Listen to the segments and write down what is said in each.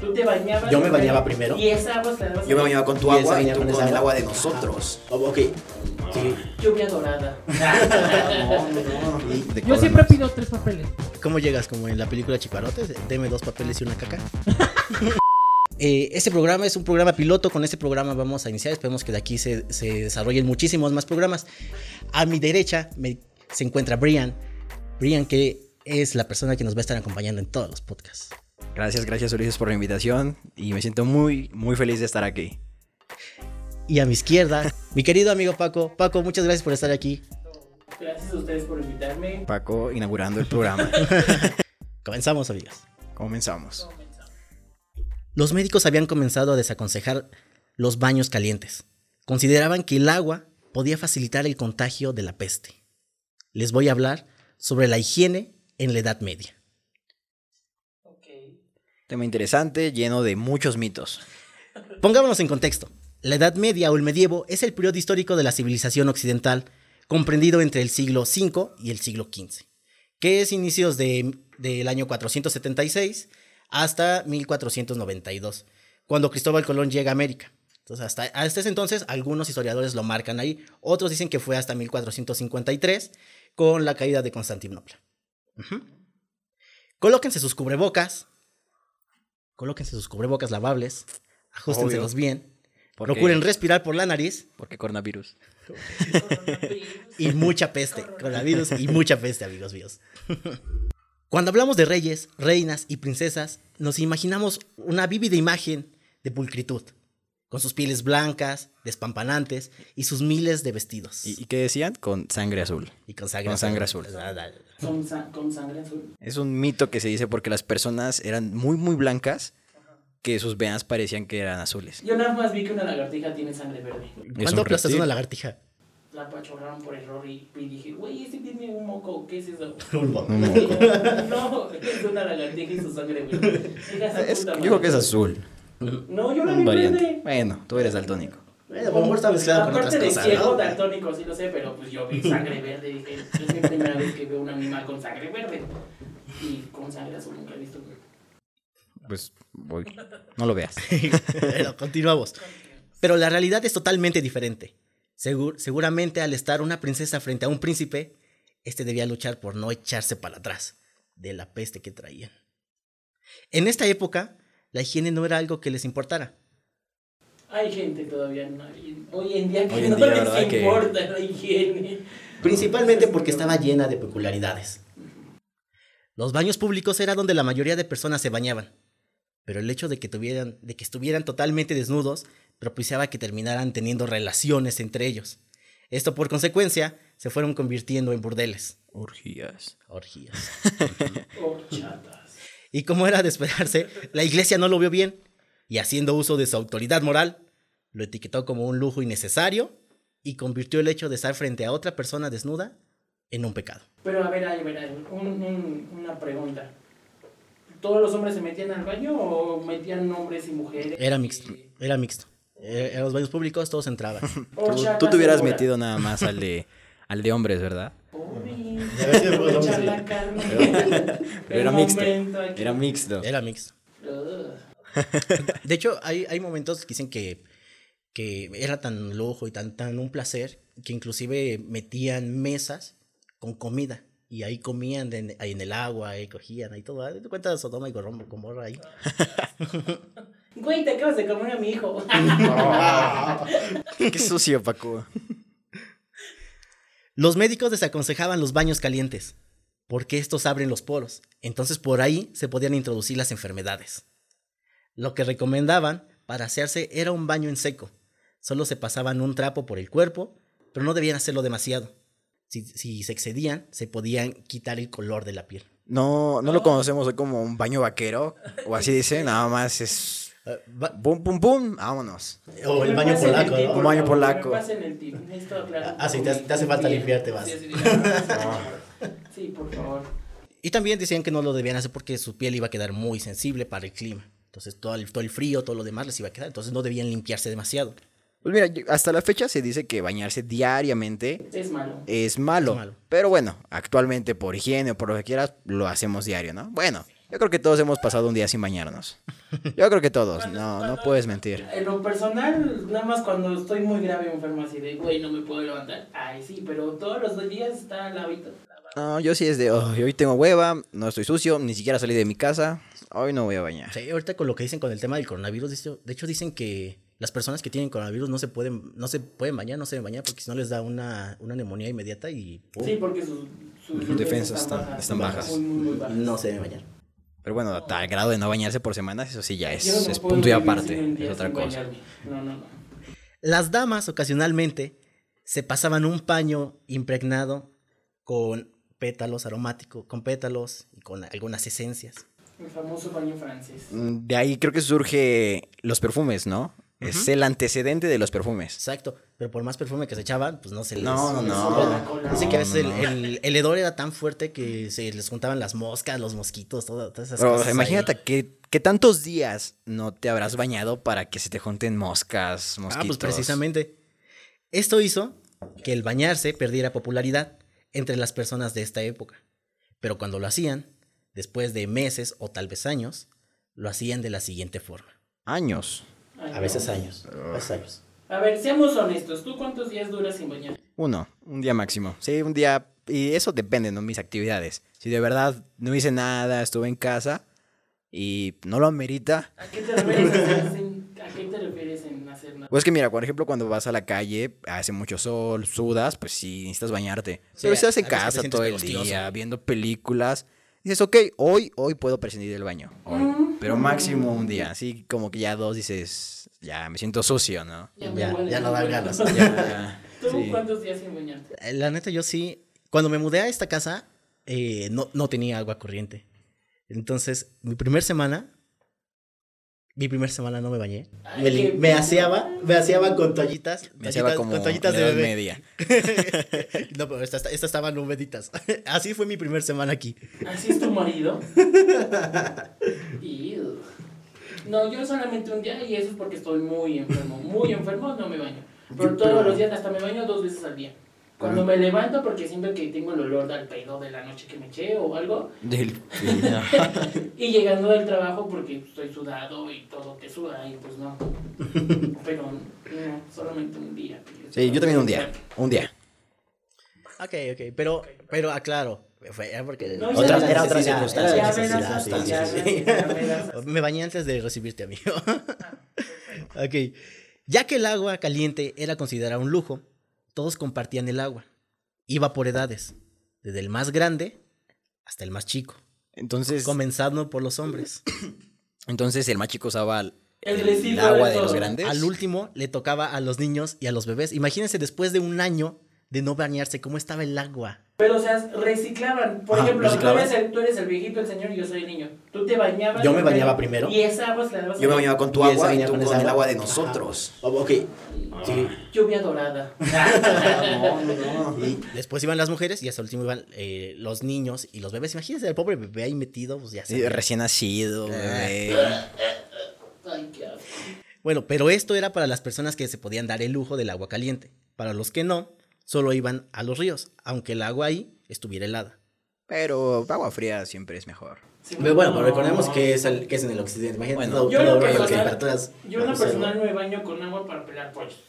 Tú te bañabas. Yo me bañaba primero. Y esa agua se daba. Yo me bañaba con tu Y esa agua y bañaba tú con con, esa el agua. agua de nosotros. Oh, ok. Sí. Lluvia dorada. De Yo color. siempre pido tres papeles. ¿Cómo llegas? Como en la película Chiparotes, deme dos papeles y una caca. Eh, este programa es un programa piloto, con este programa vamos a iniciar, esperemos que de aquí se, se desarrollen muchísimos más programas. A mi derecha me- se encuentra Brian, Brian que es la persona que nos va a estar acompañando en todos los podcasts. Gracias, gracias Ulises por la invitación y me siento muy, muy feliz de estar aquí. Y a mi izquierda, mi querido amigo Paco, Paco, muchas gracias por estar aquí, Gracias a ustedes por invitarme. Paco inaugurando el programa. comenzamos amigos. Comenzamos. Los médicos habían comenzado a desaconsejar los baños calientes. Consideraban que el agua podía facilitar el contagio de la peste. Les voy a hablar sobre la higiene en la Edad Media. Ok. Tema interesante, lleno de muchos mitos. Pongámonos en contexto. La Edad Media o el medievo es el periodo histórico de la civilización occidental, comprendido entre el siglo V y el siglo XV, que es inicios de- del año 476 hasta 1492, cuando Cristóbal Colón llega a América. Entonces, hasta, hasta ese entonces, algunos historiadores lo marcan ahí, otros dicen que fue hasta 1453, con la caída de Constantinopla. Ujú. Colóquense sus cubrebocas, colóquense sus cubrebocas lavables, ajustenselos bien, ¿Por procuren qué? respirar por la nariz Porque coronavirus. y mucha peste, coronavirus y mucha peste, amigos míos. Cuando hablamos de reyes, reinas y princesas, nos imaginamos una vívida imagen de pulcritud, con sus pieles blancas, despampanantes y sus miles de vestidos. ¿Y, y qué decían? Con sangre azul. Y con sangre, Ah, Con sangre azul. Con, sa- con sangre azul. Es un mito que se dice porque las personas eran muy, muy blancas que sus venas parecían que eran azules. Yo nada más vi que una lagartija tiene sangre verde. ¿Cuándo aplastas reptil. una lagartija? La pachorraron por error y, y dije, güey, este tiene un moco. ¿Qué es eso? Un moco. no, es una lagartija y su sangre verde. Hija de su Es- puta yo madre. creo que es azul. No, yo la Un vi variante. verde. Bueno, tú eres daltónico. Bueno, a lo mejor está mezclado con Aparte otras de cosas, ciego, ¿no? daltónico, sí lo sé, pero pues yo vi sangre verde y dije, es mi primera vez que veo un animal con sangre verde. Y con sangre azul nunca he visto. Pues voy. No lo veas. Pero continuamos. Pero la realidad es totalmente diferente. Segur- seguramente al estar una princesa frente a un príncipe, este debía luchar por no echarse para atrás de la peste que traían. En esta época, la higiene no era algo que les importara. Hay gente todavía, no, hoy en día que Hoy en no día, les ¿verdad? Que- importa la higiene. Principalmente porque estaba llena de peculiaridades. Los baños públicos era donde la mayoría de personas se bañaban, pero el hecho de que, tuvieran, de que estuvieran totalmente desnudos propiciaba que terminaran teniendo relaciones entre ellos. Esto por consecuencia se fueron convirtiendo en burdeles, Orgías. orgías. Horchatas. Y como era de esperarse, la iglesia no lo vio bien y haciendo uso de su autoridad moral, lo etiquetó como un lujo innecesario y convirtió el hecho de estar frente a otra persona desnuda en un pecado. Pero a ver, a ver, a ver, un- un- una pregunta. ¿Todos los hombres se metían al baño o metían hombres y mujeres? Era mixto, era mixto. Eh, En los baños públicos todos entraban. Tú, Horchata tú te hubieras segura. metido nada más al de, al de hombres, ¿verdad? Uy, haber sido voy a hombre, echar sí. la carne. Pero El era mixto. momento aquí. Era mixto. Era mixto. Ugh. De hecho, hay, hay momentos que dicen que, que era tan lujo y tan, tan un placer que inclusive metían mesas con comida. Y ahí comían en, ahí en el agua, ahí cogían, ahí todo. Ahí te cuentas Sodoma y Gomorra Gomorra ahí. Güey, te acabas de comer a mi hijo. Qué sucio, Paco. Los médicos desaconsejaban los baños calientes, porque estos abren los poros, entonces por ahí se podían introducir las enfermedades. Lo que recomendaban para hacerse era un baño en seco, solo se pasaban un trapo por el cuerpo, pero no debían hacerlo demasiado. Si, si se excedían, se podían quitar el color de la piel. No, no lo conocemos hoy como un baño vaquero. O así dice, nada más es. Eh, ba- Bum, pum, pum, vámonos. o Me el baño pasen polaco, tip, ¿no? por Baño favor, polaco. me pasen el tip. Necesito aclarar un Ah, sí, poco te hace- mi- te hace mi falta piel. limpiarte, vas. Sí, sí, sí. Sí, por favor. Y también decían que no lo debían hacer porque su piel iba a quedar muy sensible para el clima. Entonces todo el, todo el frío, todo lo demás les iba a quedar. Entonces no debían limpiarse demasiado. Pues mira, yo- hasta la fecha se dice que bañarse diariamente Es malo. es malo. Es malo. Pero bueno, actualmente por higiene o por lo que quieras, lo hacemos diario, ¿no? Bueno, Yo creo que todos hemos pasado un día sin bañarnos. Yo creo que todos. No, no puedes mentir. En lo personal, nada más cuando estoy muy grave enfermo así de, güey, no me puedo levantar. Ay, sí, pero todos los días está el hábito. No, yo sí es de, "Ay, hoy tengo hueva, no estoy sucio, ni siquiera salí de mi casa, hoy no voy a bañar. Sí, ahorita con lo que dicen con el tema del coronavirus, de hecho- de hecho dicen que las personas que tienen coronavirus no se pueden, no se pueden bañar, no se deben bañar porque si no les da una, una neumonía inmediata y ¡pum! Sí, porque sus, sus Uh. Sus defensas están- están bajas. Muy, muy, muy bajas. no se deben bañar. Pero bueno, a tal grado de no bañarse por semanas, eso sí ya Yo no es, es puedo punto y vivir aparte, sin un día es otra sin cosa. bañarme. No, no, no. Las damas ocasionalmente se pasaban un paño impregnado con pétalos aromáticos, con pétalos y con algunas esencias. El famoso baño francés. Mm, De ahí creo que surge los perfumes, ¿no? Es el antecedente de los perfumes. Exacto, pero por más perfume que se echaban, pues no se les... No, no, sube la no. cola. Dicen que a veces No, no, el, el- el hedor era tan fuerte que se les juntaban las moscas, los mosquitos, todo- todas esas Pero, cosas. ahí. imagínate que, que tantos días no te habrás bañado para que se te junten moscas, mosquitos. Ah, pues precisamente. Esto hizo que el bañarse perdiera popularidad entre las personas de esta época. Pero cuando lo hacían, después de meses o tal vez años, lo hacían de la siguiente forma. Años. Ay, A veces no. años. A veces años. A ver, seamos honestos. ¿Tú cuántos días duras sin bañar? Uno, un día máximo. Sí, un día. Y eso depende, ¿no? Mis actividades. Si de verdad no hice nada, estuve en casa y no lo amerita. ¿A qué te refieres en, sin- ¿a qué te refieres en hacer nada? Pues que mira, por ejemplo, cuando vas a la calle, hace mucho sol, sudas, pues sí, necesitas bañarte. Sí, Pero si estás en a veces te casa sientes todo el pegostioso. día, viendo películas, dices, ok, hoy, hoy puedo prescindir del baño. Hoy. Pero máximo un día. Así como que ya dos dices, ya me siento sucio, ¿no? me Ya, huele, ya no me dan huele. ganas. Ya, ya. ¿Tú Sí. cuántos días sin bañarte? Eh, La neta, yo sí. Cuando me mudé a esta casa, eh, no, no tenía agua corriente. Entonces, mi primer semana. Mi primer semana no me bañé. Ay, Me, li- qué me aseaba, me aseaba con toallitas. Me lleva toallitas- como con toallitas la de edad bebé. media. no, pero estas esta estaban húmeditas. Así fue mi primer semana aquí. ¿Así es tu marido? Iu. no, yo solamente un día y eso es porque estoy muy enfermo. Muy enfermo, no me baño. Pero todos los días, hasta me baño dos veces al día. Cuando me levanto, porque siento que tengo el olor del pedo de la noche que me eché o algo. Del- Y llegando del trabajo, porque estoy sudado y todo te suda, y pues no. Pero no, solamente un día. Sí, yo también un día. Un día. Ok, ok, pero, pero aclaro. Fue, era porque No, ya otras- la era otra necesidad, circunstancia. era la necesidad, sí, necesidad, sí, sí. ya la necesidad. Me bañé antes de recibirte, amigo. ok. Ya que el agua caliente era considerada un lujo, todos compartían el agua. Iba por edades, desde el más grande hasta el más chico, Entonces, comenzando por los hombres. entonces el más chico usaba el, El el residuo agua de de los todo. grandes. Al último le tocaba a los niños y a los bebés. Imagínense después de un año de no bañarse, cómo estaba el agua. Pero, o sea, reciclaban. Por Ajá, ejemplo, reciclaban. Tú, eres el, tú eres el viejito, el señor, y yo soy el niño. Tú te bañabas. Yo me bañaba primero. Y esa agua se la dabas a- con Y él se bañaba con esa agua. Ajá. Oh, Ok. Sí. Lluvia dorada. Y después iban las mujeres y hasta el último iban eh, los niños y los bebés. Imagínense el pobre bebé ahí metido, pues ya Sí, sabía. recién nacido, bebé. Ay, qué asco. Bueno, pero esto era para las personas que se podían dar el lujo del agua caliente. Para los que no, solo iban a los ríos, aunque el agua ahí estuviera helada. Pero agua fría siempre es mejor. Sí, es, que es en el occidente. Imagínate Bueno, todo- Yo, en lo personal, yo Pues, eh, en lo personal me baño con agua para pelar pollos.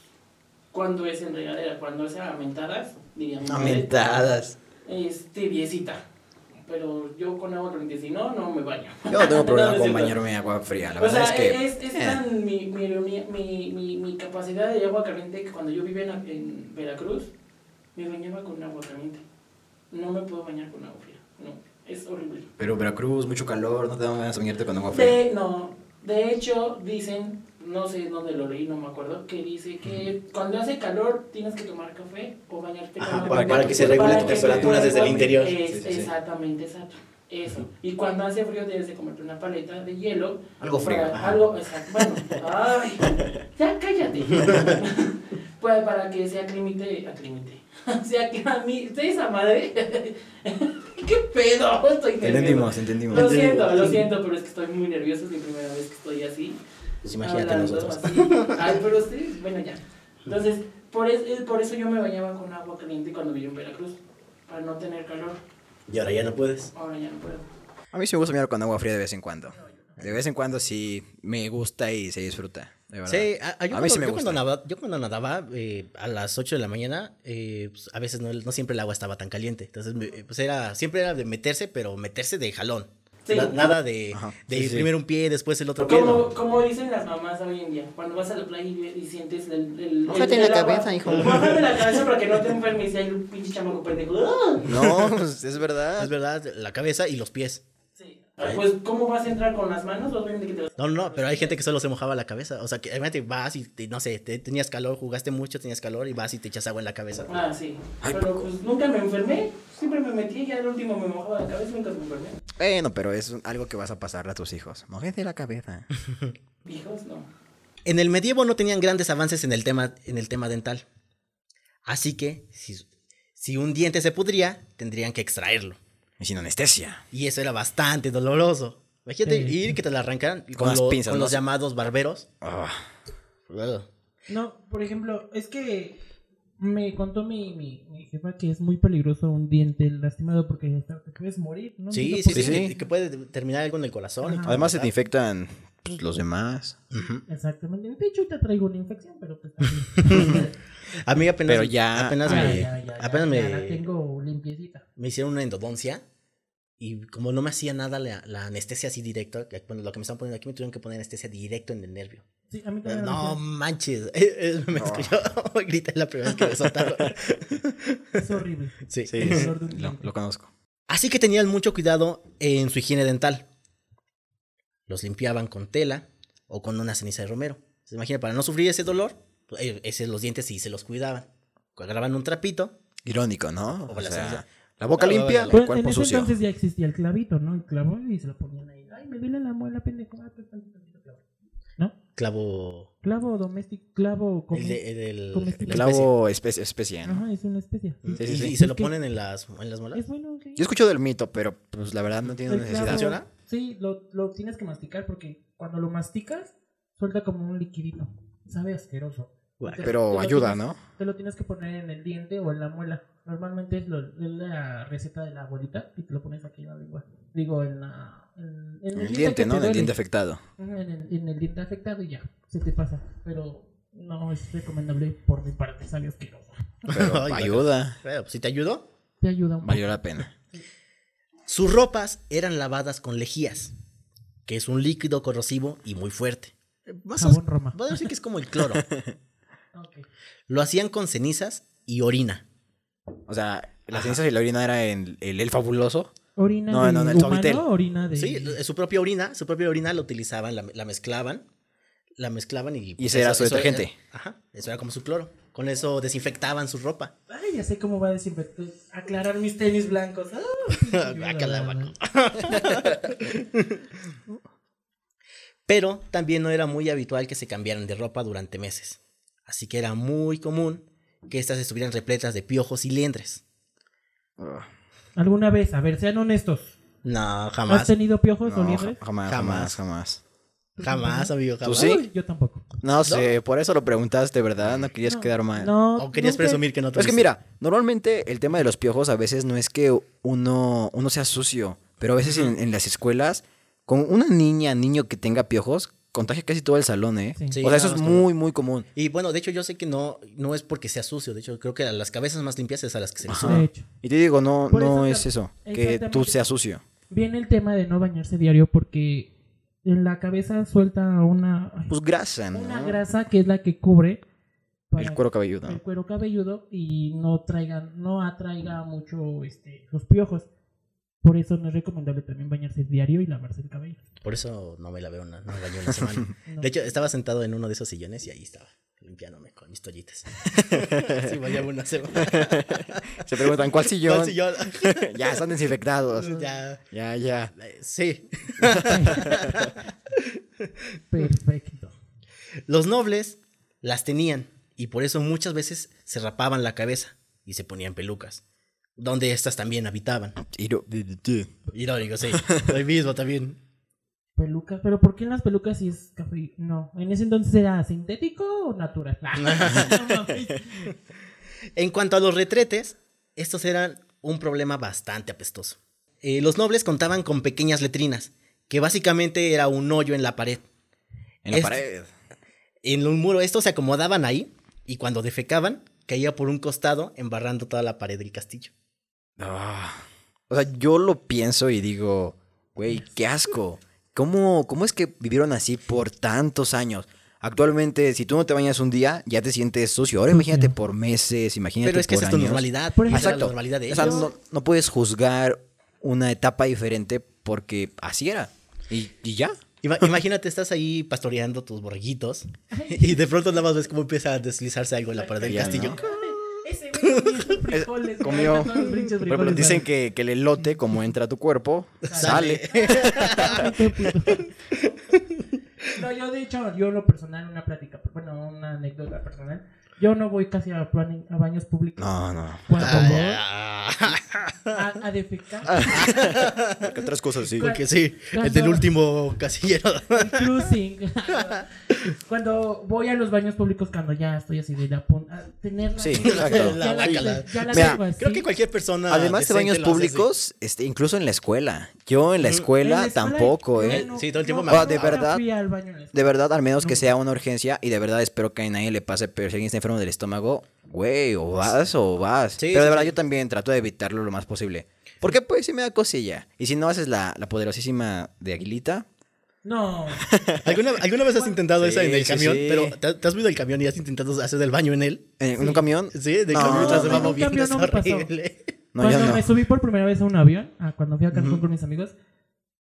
Cuando es en regadera, cuando es a mentadas, diríamos. Es tibiecita. Este, Pero yo con agua caliente, si no, no me baño. Yo no tengo problema No, no es con cierto. bañarme en agua fría. La o verdad sea, es que. es, es eh, tan mi, mi, ironía- mi, mi, mi capacidad de agua caliente que cuando yo vivía en, en Veracruz, me bañaba con agua caliente. No me puedo bañar con agua fría. No, es horrible. Pero Veracruz, mucho calor, no te van a bañarte con agua fría. De, no, de hecho, dicen, no sé dónde lo leí, no me acuerdo, que dice que cuando hace calor tienes que tomar café o bañarte Ajá, con para- agua. para que se regule Para tu que temperatura desde el cuerpo- interior. es- Sí, sí, sí. Exactamente, exacto. Eso. Y cuando hace frío debes de comerte una paleta de hielo. Algo frío, para- ajá. algo, exacto. Bueno, ay, ya cállate. pues para que sea aclimite, aclimite. O sea, que a mí, ¿ustedes esa madre? ¿Qué pedo? Estoy nervioso. Entendimos, entendimos. Lo siento, lo siento, pero es que estoy muy nervioso, es mi primera vez que estoy así. Pues imagínate hablando nosotros. así. Ay, pero ustedes, bueno, ya. Entonces, por, es- es- por eso yo me bañaba con agua caliente cuando vivía en Veracruz, para no tener calor. Y ahora ya no puedes. Ahora ya no puedo. A A mí sí me gusta mirar con agua fría de vez en cuando. De vez en cuando sí me gusta y se disfruta. De verdad. Sí, a, a- yo, A cuando, mí sí me yo cuando gusta. nadaba, yo cuando nadaba, eh, a las 8 de la mañana, eh, pues, a veces no, no siempre el agua estaba tan caliente. Entonces, me- pues era, siempre era de meterse, pero meterse de jalón. Sí. Na- nada de, Ajá, de sí, sí. primero un pie, después el otro pie. Como, no. como dicen las mamás hoy en día, cuando vas a la playa y, y sientes el. el Mójate el- la el agua. cabeza, hijo. Mójate la cabeza para que no te enfermes y hay un pinche chamaco pendejo. ¡Ah! No, pues, es verdad. Es verdad, la cabeza y los pies. Sí. Ah, Pues, ¿cómo vas a entrar con las manos? Obviamente que te vas No, no, no, pero hay gente que solo se mojaba la cabeza. O sea, que imagínate, vas y, te- no sé, te- tenías calor, jugaste mucho, tenías calor y vas y te echas agua en la cabeza. Ah, sí. Pero pues nunca me enfermé. Siempre me metí y ya el último me mojaba la cabeza y nunca me enfermé. Bueno, pero es algo que vas a pasarle a tus hijos. Mójate la cabeza. Hijos, no. En el medievo no tenían grandes avances en el tema, en el tema dental. Así que, si, si un diente se pudría, tendrían que extraerlo. Y sin anestesia. Y eso era bastante doloroso. Imagínate Sí. ir que te la arrancaran con, las lo- pinzas, con ¿no? los llamados barberos. Ah, No, por ejemplo, es que me contó mi, mi, mi jefa que es muy peligroso un diente lastimado porque hasta te puedes morir, ¿no? Sí, No sí, sí, puedes- Sí, sí. Que, que puede terminar algo en el corazón. y Ajá. todo, Además se te ¿verdad? infectan pues, los demás. Exactamente. De hecho, te traigo una infección, pero pues también. A mí apenas, Pero ya- apenas Ya, me, ya, ya, ya, Ah, apenas ya la me, tengo limpiecita. me hicieron una endodoncia y como no me hacía nada la, la anestesia así directa, que, bueno, lo que me estaban poniendo aquí me tuvieron que poner anestesia directo en el nervio. Sí, a mí también. me No hicieron. manches, eh, eh, me escuchó grité la primera vez que me soltaron. Es horrible. Sí. Sí, El sí, dolor de un lo, diente. lo conozco. Así que tenían mucho cuidado en su higiene dental. Los limpiaban con tela o con una ceniza de romero. Se imagina, para no sufrir ese dolor, pues, eh, ese, los dientes sí se los cuidaban. Agarraban un trapito. Irónico, ¿no? O O la sea, ceniza. la boca No, limpia, no, el Pues, en cuerpo ese sucio. entonces ya existía el clavito, ¿no? El clavo y se lo ponían ahí. Ay, me duele la muela, pendejo. Ah, pues, tantito, tantito clavo. Clavo. Clavo doméstico, clavo como. El, de- el del- Como este la especie. Clavo espe- especia, ¿no? Ajá, es una especie. Mm, Sí, y, sí, sí. y se lo Es que- ponen en las, en las molas. Es bueno, sí. Yo escucho del mito, pero pues la verdad no tiene El clavo, necesidad. ¿Funciona? Sí, lo, lo tienes que masticar porque cuando lo masticas, suelta como un liquidito. Sabe asqueroso. Guaca. Te Pero lo ayuda, tienes- ¿no? Te lo tienes que poner en el diente o en la muela. Normalmente es, lo- es la receta de la abuelita y te lo pones aquí en la lengua. Digo, en, la, en, en En el que diente, te ¿no? En el duele. diente afectado. Ajá, En el, en el diente afectado y ya, se te pasa. Pero no es recomendable por mi parte, sabe asqueroso. Pero Ay, ayuda. Pero, pues, si te ayudó. Te ayuda un poco. Valió la pena. Sus ropas eran lavadas con lejías, que es un líquido corrosivo y muy fuerte. Eh, Más o Jabón Ah. Roma. Voy a decir que es como el cloro. Ok. Lo hacían con cenizas y orina. O sea, la Ajá. ciencia y la orina era en el, el fabuloso. Orina No, de no, no, el humano, suavitel. orina de... Sí, lo- su propia orina, su propia orina la utilizaban, la, la mezclaban, la mezclaban y... pues, Y ese era su detergente. era- ajá, eso era como su cloro. Con eso desinfectaban su ropa. Ay, ya sé cómo va a desinfectar, aclarar mis tenis blancos. Ah, Guácala, guácala. Pero también no era muy habitual que se cambiaran de ropa durante meses. Así que era muy común que estas estuvieran repletas de piojos y liendres. Pues, ¿Alguna vez? A ver, sean honestos. No, Ah, ¿Has jamás. tenido piojos o No, ja- liendres? jamás, Jamás. jamás, jamás. Jamás, amigo, ¿Tú jamás. sí? Uy, Yo tampoco. No sé, por eso lo preguntaste, ¿verdad? No querías quedar mal. No, pues ¿O querías nunca- presumir que no te Es que mira, normalmente el tema de los piojos a veces no es que uno, uno sea sucio, pero a veces en, en las escuelas, con una niña, niño que tenga piojos, contagia casi todo el salón, ¿eh? Sí. Sí, o sea, eso no, es es común. muy, muy común. Y bueno, de hecho yo sé que no, no es porque sea sucio, de hecho creo que a las cabezas más limpias es a las que se les Ajá. De hecho. Y te digo, no, Por no eso es tam- eso, que tú exactamente. seas sucio. Viene el tema de no bañarse diario porque en la cabeza suelta una, ay, Pues grasa, ¿no? una grasa que es la que cubre para El cuero cabelludo. el cuero cabelludo y no traigan, no atraiga mucho este, los piojos. Por eso no es recomendable también bañarse diario y lavarse el cabello. Por eso no me la veo, una, no me baño una semana. No. De hecho, estaba sentado en uno de esos sillones y ahí estaba, limpiándome con mis toallitas. sí, bañaba una semana. Se preguntan, ¿cuál sillón? ¿Cuál sillón? ya, están desinfectados. ya, Ya, ya. eh, sí. Perfecto. Los nobles las tenían y por eso muchas veces se rapaban la cabeza y se ponían pelucas, donde estas también habitaban. Y no- Irónico, sí. Hoy mismo también. Pelucas, pero ¿por qué en las pelucas si es café? No, en ese entonces era sintético o natural. No mames. En cuanto a los retretes, estos eran un problema bastante apestoso. eh, los nobles contaban con pequeñas letrinas, que básicamente era un hoyo en la pared. En la Este- pared. En un muro, estos se acomodaban ahí y cuando defecaban, caía por un costado embarrando toda la pared del castillo. Ah. O sea, yo lo pienso y digo, güey, qué asco. ¿Cómo, ¿Cómo es que vivieron así por tantos años? Actualmente, si tú no te bañas un día, ya te sientes sucio. Ahora imagínate por meses, imagínate Pero es que por esa es tu años. normalidad. Por esa ejemplo- era la normalidad de O sea, ellos. no, no puedes juzgar una etapa diferente porque así era. Y, y ya. Ima- Imagínate, estás ahí pastoreando tus borreguitos y de pronto nada más ves cómo empieza a deslizarse algo en la pared del Ya, castillo. Ese güey comió frijoles. comió. güey, tantos pinches Por ejemplo, frijoles, dicen güey. que, que el elote, como entra a tu cuerpo, sale. No, yo de hecho, yo en lo personal, una plática, bueno, una anécdota personal. Yo no voy casi a, plan- a baños públicos. No, no. Cuando voy Ah, a, a defecar. Que otras cosas sí. Porque sí, No, el del no. último casillero. El cruising. cuando voy a los baños públicos, cuando ya estoy así de la pun- a tener la- Sí, ya exacto. la- La guácala. ya la pues, Mira, tengo así. Creo que cualquier persona. Además de baños Ah, decente lo hace así. públicos, este, incluso en la escuela. Yo en la escuela, En la escuela, tampoco, yo ¿eh? no- Sí, todo el tiempo no, me- yo Ah, de nunca verdad. fui al baño en la escuela. De verdad, al menos que sea una urgencia, y de verdad espero que a nadie le pase, pero si alguien está enfermo del estómago, güey, o vas o vas. Sí, sí, pero de verdad sí. yo también trato de evitarlo lo más posible. Porque pues si me da cosilla. Y si no haces la, la poderosísima de Aguilita, No. ¿Alguna, ¿Alguna vez has intentado Sí, esa en el sí, camión? sí. Pero ¿te, te has subido al camión y has intentado hacer del baño en él. eh, en un camión. Sí, del No, camión mientras se va en un moviendo. camión Es no me pasó. horrible. No, yo cuando no. Pues me subí por primera vez a un avión, a cuando fui a Cancún con mis amigos,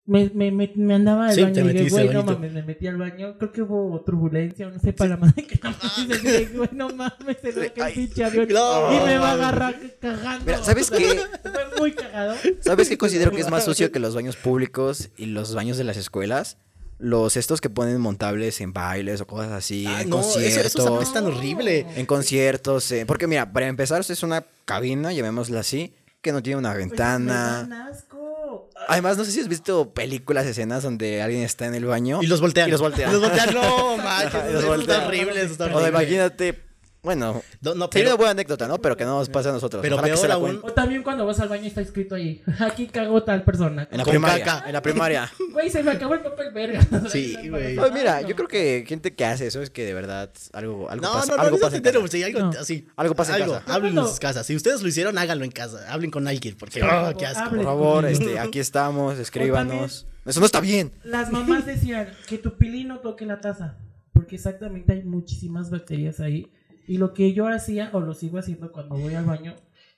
me, me, me, me andaba al Sí, te baño y dije, metiste al güey, no bañito. mames, me metí al baño. Creo que hubo turbulencia, o no sé, para la madre que la madre se dije, güey, no mames, se ve que el Ay. pinche avión No, y me va a mames. agarrar cagando. Mira, ¿sabes qué? Fue muy cagado. ¿Sabes qué considero que es más sucio que los baños públicos y los baños de las escuelas? Los estos que ponen montables en bailes o cosas así, Ah, en no, eso, conciertos. eso también es tan horrible. En conciertos, eh, porque mira, para empezar es una cabina, llamémosla así, que no tiene una Me ventana. dan asco. Además, no sé si has visto películas, escenas donde alguien está en el baño. Y los voltean. Y los voltean. Los voltean. No, manches. Ajá, y los eso voltean. está horrible. Eso está O sea, horrible. imagínate, bueno, No, no, sería pero, una buena anécdota, ¿no? Pero que no nos pase a nosotros. Pero Ojalá que peor se la aún- cuenten. O también cuando vas al baño está escrito ahí, aquí cagó tal persona. En la Con primaria. caca. En la primaria. Güey, se me acabó el papel verga. Sí, güey. Ay, mira, yo creo que gente que hace eso es que de verdad algo, algo no, pasa. no, no, algo no, pasa en entero, casa. sí, algo No. así. Algo pasa en casa. Hablen en Yo sus casas. Si ustedes lo hicieron, háganlo en casa. Hablen con alguien, porque Claro, oh, qué asco. hablen. Por favor, este, aquí estamos, escríbanos. Eso no está bien. Las mamás decían que tu pilín no toque la taza, porque exactamente hay muchísimas bacterias ahí. Y lo que yo hacía, o lo sigo haciendo cuando voy al baño,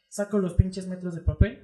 saco los pinches metros de papel.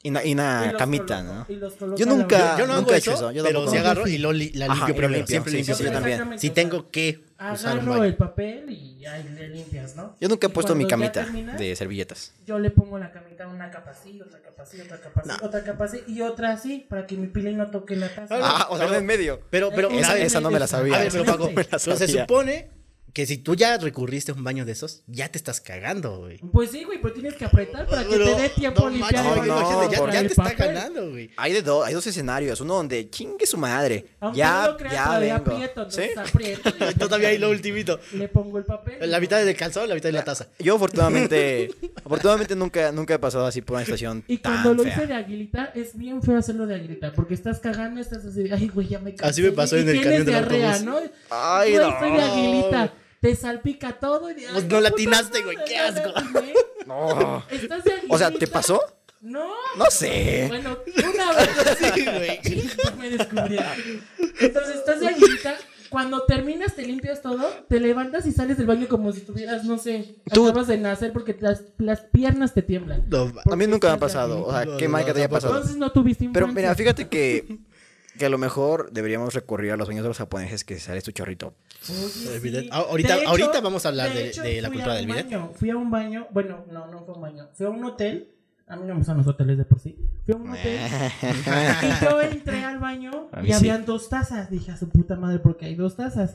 Y una, y y una los Ah, camita, coloco- ¿no? y los coloco Yo a la nunca- orilla. Yo no hago Nunca he hecho eso, eso, yo pero tampoco. si agarro y lo li- la Ajá, limpio y primero. limpio, siempre sí, limpio sí, sí, primero. yo también. Exactamente, Si o tengo que sea, usar un Agarro baño. el papel y ahí le limpias, ¿no? Yo nunca he Y puesto mi cuando ya camita terminas, de servilletas. Yo le pongo la camita una capa así, otra capa así, otra capa así, otra capa así y otra así para que mi pilín no toque la taza. Ah, o sea, una en medio. Pero, pero, Esa- a ver, esa no me la sabía. A ver, pero Paco, Me la pero se sabía. supone que si tú ya recurriste a un baño de esos, ya te estás cagando, güey. Pues sí, güey, pero tienes que apretar para que Pero- te dé tiempo a no limpiar manches, el baño imagínate, con ya- por ya el te está papel. ganando, güey. Hay de dos, hay dos escenarios. Uno donde chingue su madre. Aunque ya, no lo creas, ya todavía vengo. aprieto, ¿Sí? entonces aprieto. y Todavía hay lo ultimito. Le pongo el papel. La mitad del calzón, la mitad de la taza. Yo afortunadamente, afortunadamente nunca, nunca he pasado así por una estación Y tan cuando lo fea. hice de aguilita, es bien feo hacerlo de aguilita, porque estás cagando, estás así, de, ay, güey, ya me cansé. Así me pasó y en el tienes camión del diarrea, autobús. ¿no? Ay, Güey, no. soy de aguilita, te salpica todo. Y, de, Pues ay, no la puta atinaste, güey, madre, qué no la asco. atiné. No. Estás de aguilita. O sea, ¿te pasó? No. No sé. Bueno, una vez Sí, güey. me descubrieron. Entonces estás de aguilita. Cuando terminas, te limpias todo, te levantas y sales del baño como si estuvieras, no sé, Tú- acabas de nacer porque las, las piernas te tiemblan. No, ma- A mí nunca me ha pasado. O sea, No, qué no, mal que te haya tampoco. pasado. Entonces no tuviste infancia. Pero mira, fíjate que, que a lo mejor deberíamos recurrir a los baños de los japoneses que sale tu chorrito. Oye, El sí. bidet. Ah, ahorita- De hecho- ahorita vamos a hablar de- hecho, de la fui cultura a del un bidet. baño, Fui a un baño, bueno, no, no fue un baño, fui a un hotel. A mí no me gustan los hoteles de por sí. Fui a un hotel y yo entré al baño A mí y sí. habían dos tazas. Dije, a su puta madre, porque hay dos tazas.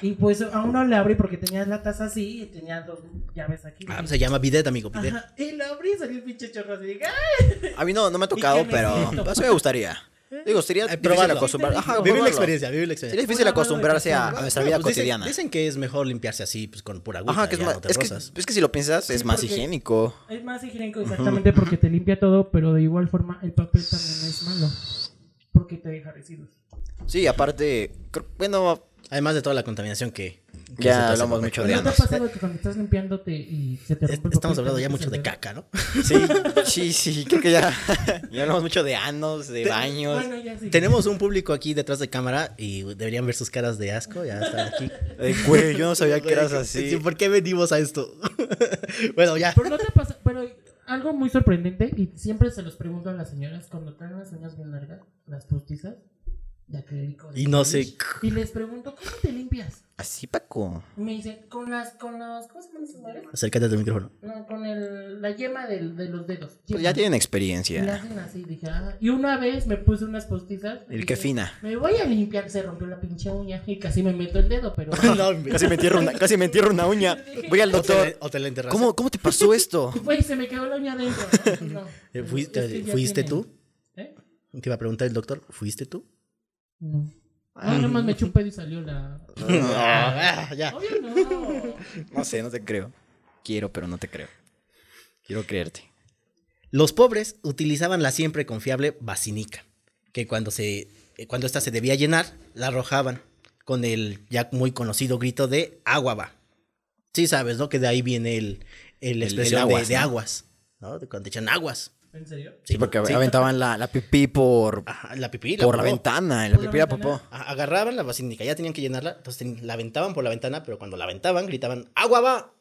Y pues a uno le abrí porque tenía la taza así y tenía dos llaves aquí. Ah, se llama bidet, amigo, bidet. Ajá, y lo abrí y salió el pinche chorro así. dije, "Ah". A mí no, no me ha tocado, qué pero necesito? eso me gustaría. Digo, sería Eh, difícil probarlo. acostumbrar- ajá, Vivir Vivir la probarlo. experiencia, vivir la experiencia. Sería difícil Una mano de acostumbrarse a, café. a nuestra vida Pues dicen- cotidiana. Dicen, que es mejor limpiarse así, pues con pura agüita. Ajá, que es, ya más, no te es, que, rozas. es que si lo piensas, es más porque- higiénico. Es más higiénico, exactamente, porque te limpia todo, pero de igual forma el papel también es malo. Porque te deja residuos. Sí, aparte, creo- bueno, Además de toda la contaminación que. que se ya pasa hablamos por- mucho de ¿No te ha ambas. pasado que cuando estás limpiándote y se te Es- rompe el papel? Estamos hablando ya te mucho de metes el caca, ¿no? Sí, sí, sí, creo que ya, ya hablamos mucho de anos, de dedo? baños. Bueno, ya sí. Tenemos un público aquí detrás de cámara y deberían ver sus caras de asco. Ya están aquí. Eh, güey, yo no sabía que eras Sí, así. ¿Por qué venimos a esto? bueno, ya. Pero no te pasa, pero algo muy sorprendente y siempre se los pregunto a las señoras cuando traen las uñas bien largas, las postizas, de acrílico. de Y no polish, sé. Y les pregunto, ¿cómo te limpias? Así, Paco. Y me dicen, con las, con las, ¿cómo se llaman esas madres? Acércate al micrófono. No, con el, la yema del- de los dedos. Pues ya Yema. tienen Y la experiencia. hacen así, dije, ah. Y una vez me puse unas postizas. y El que dije, fina. Me voy a limpiar, se rompió la pinche uña y casi me meto el dedo, pero. No, me- Casi me entierro una, casi me entierro una uña. Voy al o te, doctor. o te la enterraste. ¿Cómo, ¿Cómo te pasó esto? Güey, se me quedó la uña adentro. No, Eh, no, ¿Fuiste, es que ya ¿fuiste tiene. tú? ¿Eh? Te iba a preguntar el doctor. ¿Fuiste tú? No. Ah, nomás me eché un pedo y salió la. Ah, ya. Obvio no. No sé, no te creo. Quiero, pero no te creo. Quiero creerte. Los pobres utilizaban la siempre confiable basinica, que cuando se eh, cuando esta se debía llenar, la arrojaban con el ya muy conocido grito de agua va. Sí sabes, ¿no? Que de ahí viene el, el El- expresión el de- aguas, de, ¿no? aguas, ¿no? De cuando te echan aguas. ¿En serio? Sí, porque sí. aventaban la, la pipí por, Ajá, la pipí, por la popó. ventana. La Por la pipí la ventana. popó. A- Agarraban la basinica, ya tenían que llenarla, entonces ten- la aventaban por la ventana, pero cuando la aventaban gritaban agua va.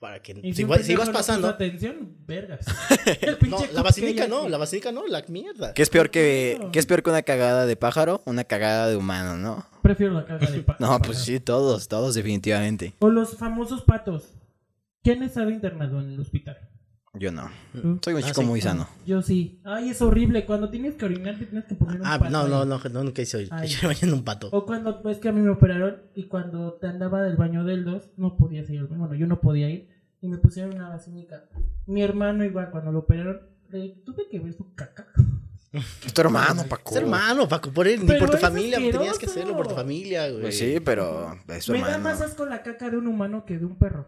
Para que si, si un igual- si pendejo ibas no puso pasando, Atención, vergas. no, la basinica no, la basinica no, la mierda. ¿Qué es peor que qué es peor que una cagada de pájaro? Una cagada de humano, ¿no? Prefiero la caga de pa- No, pues pájaro. sí, todos, todos definitivamente. O los famosos patos. ¿Quién ha estado internado en el hospital? Yo no. ¿Tú? Soy un Ah, chico sí. muy sano. Yo sí. Ay, es horrible. Cuando tienes que orinar, te tienes que poner un Ah, pato no, ahí. no, no, no, nunca hice Ay. yo bañando un pato. O cuando, pues que a mí me operaron y cuando te andaba del baño del 2, no podía ir. Bueno, yo no podía ir y me pusieron una basílica. Mi hermano, igual, cuando lo operaron, le tuve que ver su caca. Tu hermano, Paco. Es hermano, Paco, por él, ni Pero por tu es familia, tenías que asqueroso. hacerlo por tu familia, güey. Pues sí, pero es tu me da hermano. más asco la caca de un humano que de un perro.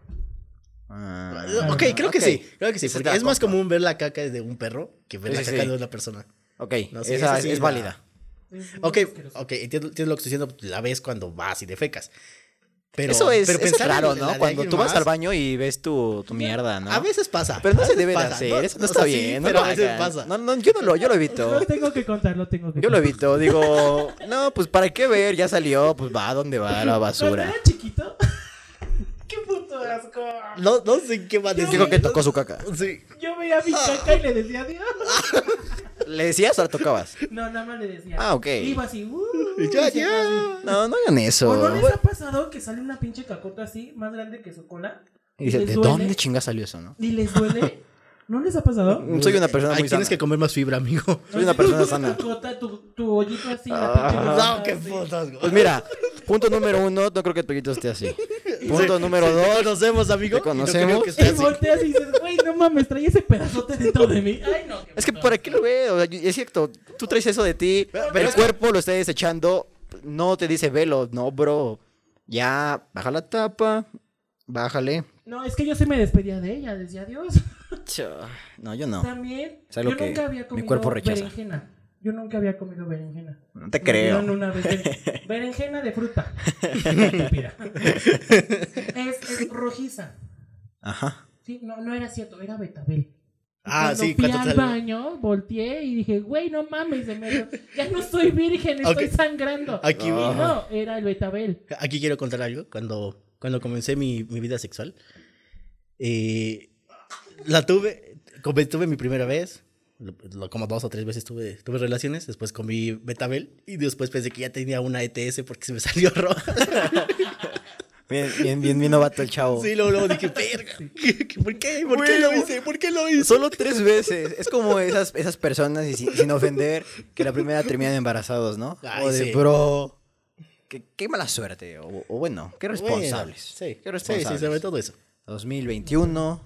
Ah, Ok, creo que ok. sí, creo que sí, Esa porque te la es más compro. común ver la caca de un perro que ver Sí, la sí, caca sí. de una persona. Ok, No sé, esa esa sí es la- válida. Es muy Ok, asqueroso. ok, entiendo, entiendo lo que estoy diciendo, la ves cuando vas y defecas. Pero, eso es, pero eso es pensar en raro, la de ¿no? Cuando alguien tú vas más, al baño y ves tu, tu mierda, ¿no? A veces pasa. Pero no a se veces debe de pasa, hacer, eso no O está sea, sí, bien. no pero lo a veces hagan. pasa. No, no, yo no lo, yo lo evito. Lo tengo que contar, lo tengo que Yo lo contar. evito, digo, no, pues para qué ver, ya salió, pues va a dónde va la Cuando basura. era chiquito. ¡Qué puto asco! No, no sé en qué va a decir. Dijo que tocó su caca. Sí. Yo veía mi Ah. caca y le decía adiós. ¿Le decías o la tocabas? No, nada más le decía. Ah, ok. Iba así. "Uh", Y Ya, y se iba ya. así. No, no hagan eso. ¿O no les ha pasado que sale una pinche cacota así, más grande que su cola? Y dice, les ¿de duele? dónde chinga salió eso, no? ¿Y les duele? ¿No les ha pasado? Soy una persona Mm, Ay, muy sana. tienes que comer más fibra, amigo. Soy una persona Tu sana. Ah. cacota, tu, tu hoyito así, la pinche No, cacota qué así. putas, güey. Pues mira, punto número uno, no creo que el pollito esté así. Punto número Te dos, conocemos, amigo. Te y no creo conocemos. que esté Y así. volteas y dices, güey, no mames, trae ese pedazote dentro de mí. Ay, no. es que ¿para qué lo veo? O sea, es cierto, tú traes eso de ti, pero el es- cuerpo lo está desechando, no te dice velo, no, bro. Ya, baja la tapa, bájale. No, es que yo sí me despedía de ella, decía adiós. Cho, No, yo no. También, Es algo yo que nunca había mi comido cuerpo rechaza. berenjena. Yo nunca había comido berenjena. No te Me creo. dieron una berenjena, berenjena de fruta. Mira. es, es rojiza. Ajá. Sí, no, no era cierto, era Betabel. Ah, cuando sí, fui cuando al te sale- baño, volteé y dije, güey, no mames, se me- ya no soy virgen, estoy Ok. sangrando. Aquí, Y güey. no, era el Betabel. Aquí quiero contar algo. Cuando, cuando comencé mi, mi vida sexual, eh, la tuve, come- tuve mi primera vez, lo- lo- como dos o tres veces tuve, tuve relaciones, después comí betabel y después pensé que ya tenía una ETS porque se me salió roja. Bien, bien, bien, bien novato el chavo. Sí, luego, luego dije, verga, ¿qué- qué- ¿por qué? ¿Por qué lo Huevo. hice? ¿Por qué lo hice? Solo tres veces. Es como esas, esas personas, y sin, sin ofender, que la primera terminan embarazados, ¿no? Ay, o de, sí. bro. Qué, qué mala suerte. O, o bueno, qué Bueno, responsables. sí, Qué sí, responsables. sí, sobre todo eso. 2021.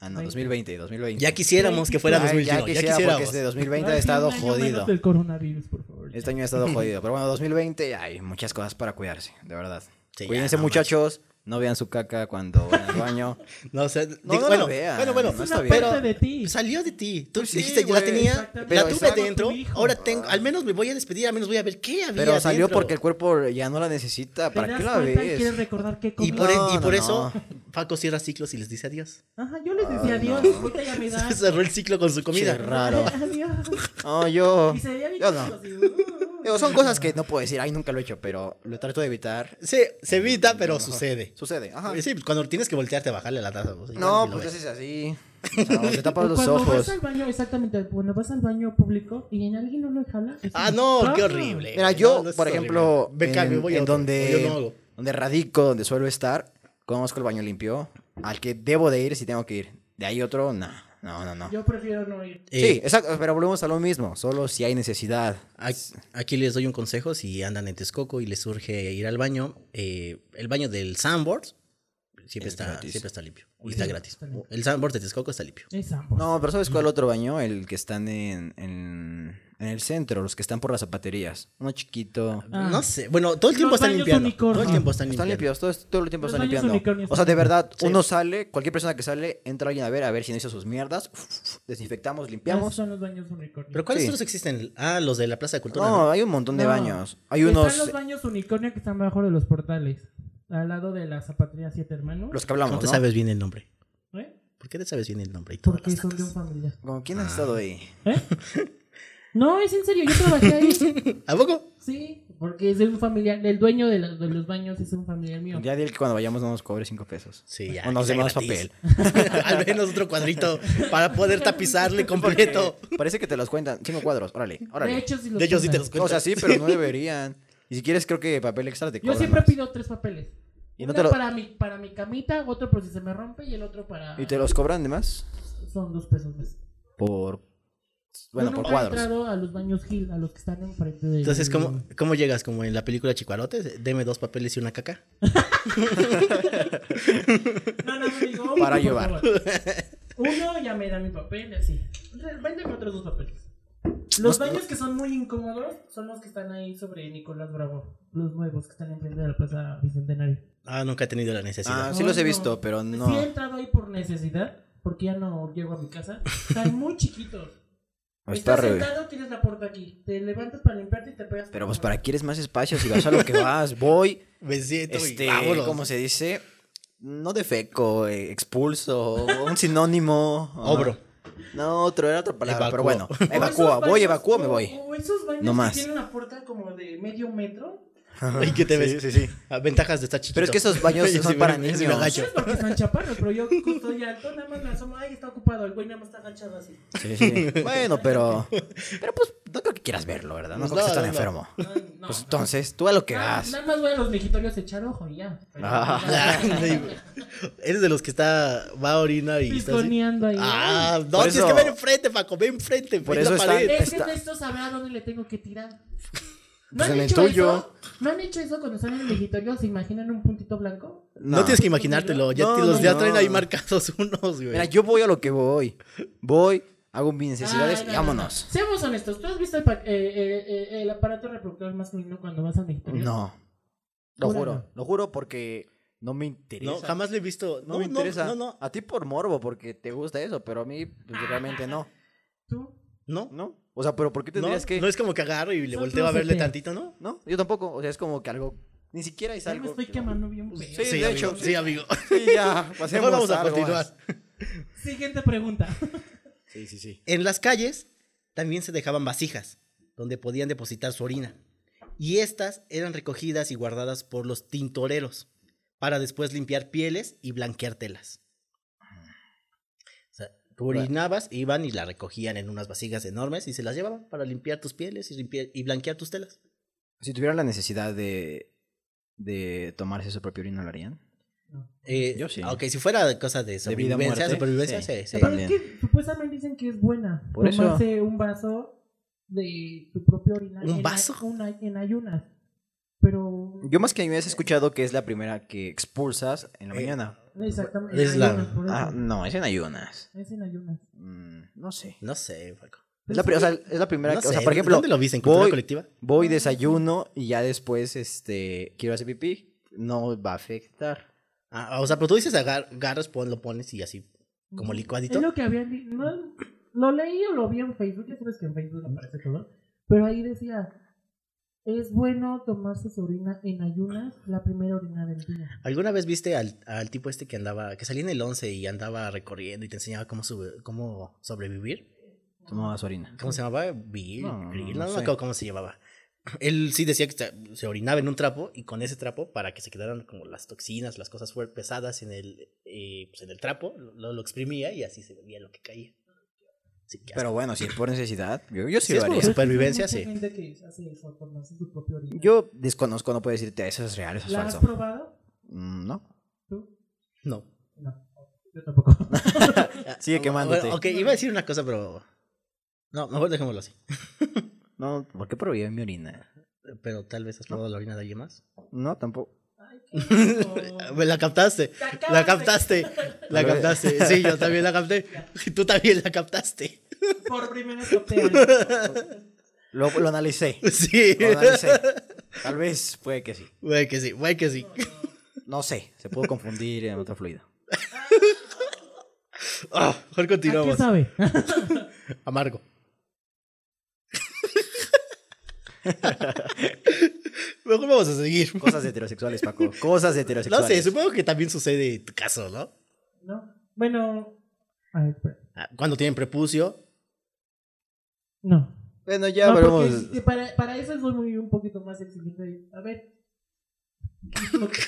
Ah, no, 2020, 2020. Ya quisiéramos que fuera Ay, 2021. Ya quisiera, porque este 2020 ha estado jodido. del coronavirus, por favor. Este año ha estado jodido. Pero bueno, 2020 hay muchas cosas para cuidarse, de verdad. Sí, ya, Cuídense, no muchachos. No vean su caca cuando van al baño. No, o sea, no digo, la bueno, vean, bueno, bueno, no está Una bien. pero parte de ti. salió de ti. Tú Pues sí, dijiste, yo la güey, tenía, exactamente. la Pero tuve exacto, dentro, tu hijo. ahora tengo, al menos me voy a despedir, al menos voy a ver qué había Pero salió dentro. porque el cuerpo ya no la necesita. ¿Te ¿Para das qué la cuenta y quieres ves? recordar qué Y comí? por, No, y por no, eso, Paco cierra ciclos y les dice adiós. Ajá, yo les Ah, decía adiós, ahorita ya me da. Cerró el ciclo con su comida. Qué raro. Adiós. No, yo. Y se veía bien Yo no. chistoso, así, uh, Digo, son cosas que no puedo decir. Ay, nunca lo he hecho, pero lo trato de evitar. Sí, se evita, pero sucede. Sucede. Ajá. Sí, cuando tienes que voltearte a bajarle la taza. pues, igual No, y lo pues ves. haces así. O sea, te tapas O los cuando vas ojos. al baño, exactamente, cuando vas al baño público y en alguien no lo jala. es Ah, un no, qué problema. horrible. Mira, güey, yo, no, no, es por horrible. ejemplo, Ve, en, cambio, voy a en otro, donde, o yo no hago. donde radico, donde suelo estar, conozco el baño limpio, al que debo de ir si tengo que ir. De ahí otro, no, no, no, no. Yo prefiero no ir. Sí, Eh, exacto, pero volvemos a lo mismo, solo si hay necesidad. ac- Aquí les doy un consejo si andan en Texcoco y les surge ir al baño. eh, el baño del Sandboard siempre, Es está, gratis. siempre está limpio. Y Sí, está gratis. está limpio. El Sandboard de Texcoco está limpio. Es ambos. No, pero ¿sabes cuál otro baño? El que están en, en, en el centro, los que están por las zapaterías. Uno chiquito. Ah. No sé. Bueno, todo el tiempo Los están baños limpiando. unicornio. Todo el tiempo están Están limpiando. limpios, todo, todo el tiempo Los están baños limpiando. unicornios O sea, de verdad, Sí. uno sale, cualquier persona que sale, entra alguien a ver, a ver si no hizo sus mierdas, desinfectamos, Esos limpiamos. son los baños unicornio. Pero ¿cuáles Sí. otros existen? Ah, los de la Plaza de Cultura. No, hay un montón de No. baños. Hay unos... Están los baños unicornio que están bajo de los portales. Al lado de la zapatería Siete Hermanos. Los que ¿no? ¿Cómo hablamos, te ¿no? sabes bien el nombre? ¿Eh? ¿Por qué te sabes bien el nombre? Y todas Porque las son de datas? un familiar. Como, Ah. ¿quién ha estado ahí? ¿Eh? No, es en serio, yo trabajé ahí. ¿A poco? Sí, porque es de un familiar. El dueño de, la- de los baños es un familiar mío. Ya dile que cuando vayamos no nos cobre cinco pesos. Sí, ya. O que nos dé sea más gratis. papel. Al menos otro cuadrito para poder tapizarle completo. Parece que te los cuentan. Cinco cuadros, órale, órale. De hecho, sí los De hecho, sí te cuentan. los cuento. o sea, sí, pero no deberían. Y si quieres, creo que papel extra te Yo cobran siempre más. pido tres papeles. Y no Uno te lo- para, mi, para mi camita, otro por si se me rompe y el otro para... ¿Y te los cobran de más? Son dos pesos más. Por... Bueno, Yo por nunca cuadros. He entrado a los baños Gil, a los que están enfrente de. Entonces, Mm. ¿cómo, ¿cómo llegas? Como en la película Chicuarote, deme dos papeles y una caca. No, no, no, digo, uno, Para por llevar. favor. Uno ya me da mi papel, y así. Entonces, Véndeme otros dos papeles. Los baños que son muy incómodos son los que están ahí sobre Nicolás Bravo. Los nuevos que están enfrente de la Plaza Bicentenario. Ah, nunca he tenido la necesidad. Ah, sí los he No, no. visto, pero Sí he no. entrado ahí por necesidad, porque ya no llego a mi casa. Están muy chiquitos. Está Estás re- sentado, tienes la puerta aquí. Te levantas para limpiarte y te pegas. Pero pues para quieres más espacio si vas a lo que vas. Voy, Me siento y este, vámonos. ¿cómo se dice? No defeco, eh, expulso, un sinónimo. ah. Obro. No, otro, era otra palabra, pero bueno. Evacuó. O Evacúa, esos voy, baños- evacúa, me o- voy. O Oh, esos baños No más. que tienen la puerta como de medio metro. ¿Y qué te ves? Sí, sí, sí. Ah, Ventajas de estar chiquito. Pero es que esos baños Sí, son me- para sí me niños. agacho. No es porque están chaparros, pero yo estoy alto, nada más me asomo. Ay, está ocupado, el güey nada más está agachado así. Sí, sí. Bueno, pero. Pero pues no creo que quieras verlo, ¿verdad? No Pues creo que no, estés tan no, no. enfermo. Ay, no. Ah, Pues entonces, tú a lo que Nada- vas. Nada más voy a los mejitorios a echar ojo y ya. Ah, sí. Eres de los que está, va a orinar y está así. Pisconeando ahí. Ah, no, Por tienes eso- que ver enfrente, Paco, ve enfrente. Por ve la eso están- pared. es que está- de esto sabrá a dónde le tengo que tirar. ¿No Pues han en el hecho tuyo. eso? ¿No han hecho eso cuando están en el mejitorio? ¿Se imaginan un puntito blanco? No. tienes que imaginártelo, ya No, te los no, ya no. traen ahí marcados unos, güey. Mira, yo voy a lo que voy. Voy, hago mis necesidades Ay, Ah, no, y no, vámonos. no. Seamos honestos, ¿tú has visto el, pa- eh, eh, eh, el aparato reproductor masculino cuando vas al mejitorio? No. Lo Júralo. juro, lo juro porque no me interesa. no, jamás lo he visto. No, me interesa. No, no, A ti por morbo, porque te gusta eso, pero a mí pues, realmente no. ¿Tú? no. ¿No? O sea, pero ¿por qué No, tendrías que.? no es como que agarro y le Son volteo a los de verle que- tantito, ¿no? No, yo tampoco. O sea, es como que algo. Ni siquiera es Ya me algo. Pues estoy quemando bien feo. Sí, de amigo, hecho, Sí, sí. amigo. Sí, ya. Mejor Pasemos vamos a algo continuar. más. Siguiente pregunta. Sí, sí, sí. En las calles también se dejaban vasijas, donde podían depositar su orina. Y estas eran recogidas y guardadas por los tintoreros, para después limpiar pieles y blanquear telas. O sea, tú orinabas, iban y la recogían en unas vasijas enormes y se las llevaban para limpiar tus pieles y, limpiar- y blanquear tus telas. Si tuvieran la necesidad de. de tomarse su propio orina, ¿lo harían? Eh, Yo sí. Ok, si fuera cosa de De vida o sobrevivencia, muerte, supervivencia, sí. sí, sí. Pero también. es que supuestamente dicen que es buena. Por eso. tomarse un vaso de tu propio orina. ¿Un en ay- vaso? una- en ayunas. Pero. Yo más que me has escuchado que es la primera que expulsas en la Eh, mañana. Exactamente. Es la- ayunas, por eso. Ah, no, es en ayunas. Es en ayunas. Mm, no sé. No sé, Paco. Es la, pri- o sea, es la primera. No o sea, sé, por ejemplo, ¿dónde lo viste? ¿En cultura voy- colectiva? Voy, desayuno y ya después, este, quiero hacer pipí. No va a afectar. Ah, o sea, pero tú dices agar- agarras, pon, lo pones y así, como licuadito. Es lo que habían di- no, Lo leí o lo vi en Facebook, ya sabes que en Facebook aparece todo. Pero ahí decía, es bueno tomarse su orina en ayunas la primera orina del día. ¿Alguna vez viste al, al tipo este que andaba, que salía en el 11 y andaba recorriendo y te enseñaba cómo, sube- cómo sobrevivir? Tomaba su orina. ¿Cómo se llamaba? Bill. No, no, Grill, no, no me sé. acuerdo cómo se llamaba. Él sí decía que se, se orinaba en un trapo y con ese trapo, para que se quedaran como las toxinas, las cosas fuer- pesadas en el, eh, pues en el trapo, lo, lo exprimía y así se bebía lo que caía. Así que Pero bueno, si es por necesidad, yo, yo sí Sí, lo es por haría. su- Supervivencia, Hay sí. mucha gente que hace eso, tomarse su propia orina. Yo desconozco, no puedo decirte eso es real, eso es ¿La has falso. probado? Mm, No. ¿Tú? no. No, yo tampoco. Sigue Ah, quemándote. bueno, ok, iba a decir una cosa, pero. No, mejor dejémoslo así. No, ¿por qué prohibí mi orina? Pero tal vez has probado la orina de alguien más. No, tampoco. Ay, qué rico. Me la captaste. Te acabas La de- captaste. La A ver. captaste. Sí, yo también la capté. Y tú también la captaste. Por primera copiar. Lo, lo analicé. Sí. Lo analicé. Tal vez puede que sí. Güey, que sí, güey, que sí. No sé. Se pudo confundir en otro fluido. Ah, mejor ¿A qué continuamos. sabe? Amargo. mejor vamos a seguir. Cosas heterosexuales, Paco. Cosas No heterosexuales. sé, supongo que también sucede en tu caso, ¿no? ¿No? Bueno. A ver, espera. Ah, Cuando tienen prepucio. No. Bueno, ya No, hablamos. porque sí, para, para eso soy muy, un poquito más exigente. de- A ver.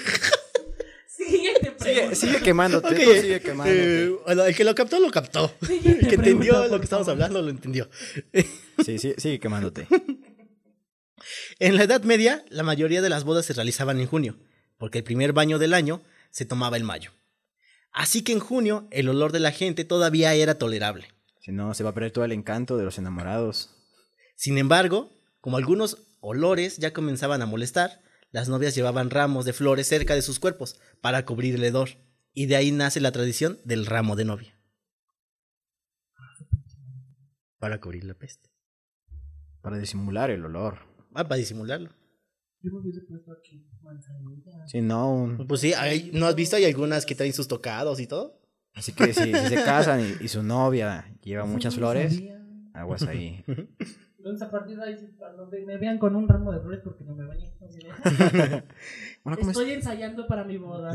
Siguiente pregunta. Sigue, sigue quemándote. Ok. tú sigue quemándote. Eh, bueno, el que lo captó, lo captó. Siguiente El que pregunta, entendió por lo que estamos favor. hablando, lo entendió. Sí, sí, sigue quemándote. En la Edad Media, la mayoría de las bodas se realizaban en junio, porque el primer baño del año se tomaba en mayo. Así que en junio el olor de la gente todavía era tolerable. Si no, se va a perder todo el encanto de los enamorados. Sin embargo, como algunos olores ya comenzaban a molestar, las novias llevaban ramos de flores cerca de sus cuerpos para cubrir el hedor, y de ahí nace la tradición del ramo de novia. Para cubrir la peste. Para disimular el olor. Ah, para disimularlo. Yo me hubiese puesto aquí manzanilla. Si no, un- Pues sí, hay- ¿no has visto? Hay algunas que traen sus tocados y todo. así que si, si se casan y, y su novia lleva Eso muchas no lo flores, sabía. aguas ahí. Entonces, a partir de ahí, a donde me vean con un ramo de flores porque no me bañé. Así de, Bueno, ¿cómo es? Estoy ensayando para mi boda.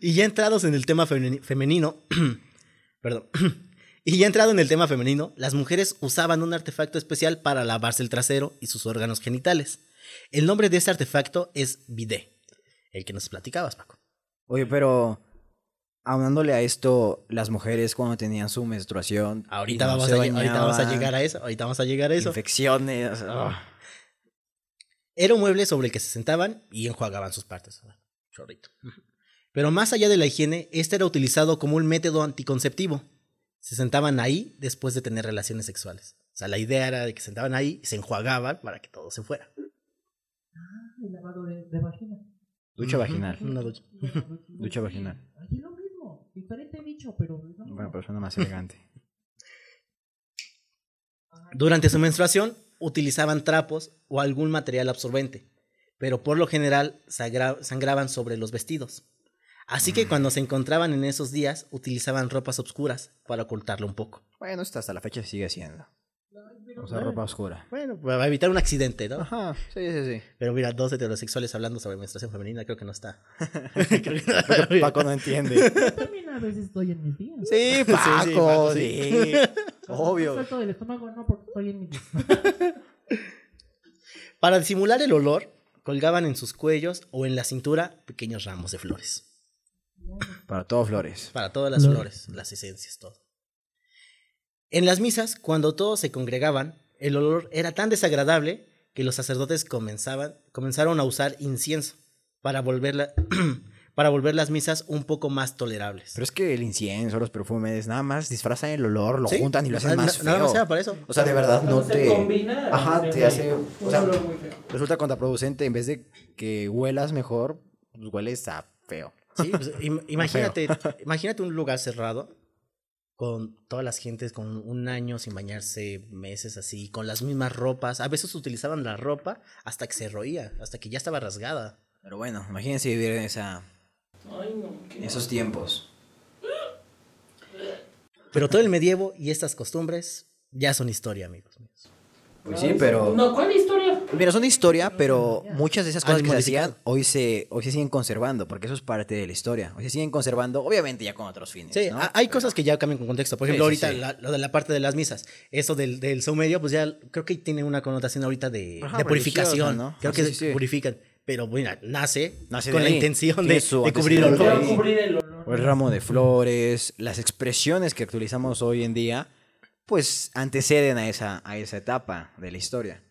Y ya entrados en el tema femeni- femenino, perdón, y ya entrado en el tema femenino, las mujeres usaban un artefacto especial para lavarse el trasero y sus órganos genitales. El nombre de ese artefacto es bidé, el que nos platicabas, Paco. Oye, pero aunándole a esto, las mujeres cuando tenían su menstruación, Ahorita, y no vamos, se a, lle- ahorita bañaban, vamos a llegar a eso, ahorita vamos a llegar a eso. infecciones. ah. Era un mueble sobre el que se sentaban y enjuagaban sus partes. Chorrito. Pero más allá de la higiene, este era utilizado como un método anticonceptivo. Se sentaban ahí después de tener relaciones sexuales. O sea, la idea era de que se sentaban ahí y se enjuagaban para que todo se fuera. El lavado de, de vagina. Ducha Ujú. vaginal. Una ducha. Ducha vaginal. Aquí lo mismo. Diferente dicho, pero. es lo mismo. Bueno, pero suena más elegante. Durante su menstruación utilizaban trapos o algún material absorbente, pero por lo general sagra- sangraban sobre los vestidos. Así que cuando se encontraban en esos días, utilizaban ropas oscuras para ocultarlo un poco. Bueno, esto hasta la fecha se sigue haciendo. Ay, pero- Usar ropa oscura. Bueno, para evitar un accidente, ¿no? Ajá, sí, sí, sí. Pero mira, dos heterosexuales hablando sobre menstruación femenina, creo que no está. creo que no está bien. Paco no entiende. Yo también a veces estoy en mis días. Sí, sí, Paco, Paco, sí. sí. Cuando Obvio. me Salto del estómago, no, porque estoy en mis días. Para disimular el olor, colgaban en sus cuellos o en la cintura pequeños ramos de flores. Para todo flores. Para todas las Flores. flores, las esencias, todo. En las misas, cuando todos se congregaban, el olor era tan desagradable que los sacerdotes comenzaban, comenzaron a usar incienso para volver, la- para volver las misas un poco más tolerables. Pero es que el incienso, los perfumes, nada más disfrazan el olor, lo ¿Sí? juntan y lo hacen Nada- más Nada más feo. era para eso. O sea, de verdad no Cuando se te... combina. Ajá, se te ve hace- un o sea- olor muy feo. Resulta contraproducente. En vez de que huelas mejor, pues, hueles a feo. Sí, pues, im- imagínate, imagínate un lugar cerrado con todas las gentes con un año sin bañarse, meses así, con las mismas ropas. A veces utilizaban la ropa hasta que se roía, hasta que ya estaba rasgada. Pero bueno, imagínense vivir en esa, Ay, no. qué en esos tiempos. Pero todo el medievo y estas costumbres ya son historia, amigos míos. Pues Ay, sí, pero... No, ¿cuál historia? Mira, son historia, pero muchas de esas cosas Han que se hacían modificado. hoy se, hoy se siguen conservando, porque eso es parte de la historia. Hoy se siguen conservando, obviamente ya con otros fines. Sí, ¿no? ha- hay cosas que ya cambian con contexto. Por Sí, ejemplo, sí, ahorita sí. la- lo de la parte de las misas, eso del, del saumerio, pues ya creo que tiene una connotación ahorita de, Ajá, de purificación. religiosa, ¿no? Creo Ah, que sí, sí, sí. purifican. Pero bueno, nace, Nace con de la ahí. intención Tiene de, su de cubrir antecedente. olor. Para Sí. cubrir el olor. O el ramo de flores, las expresiones que actualizamos hoy en día, pues anteceden a esa, a esa etapa de la historia.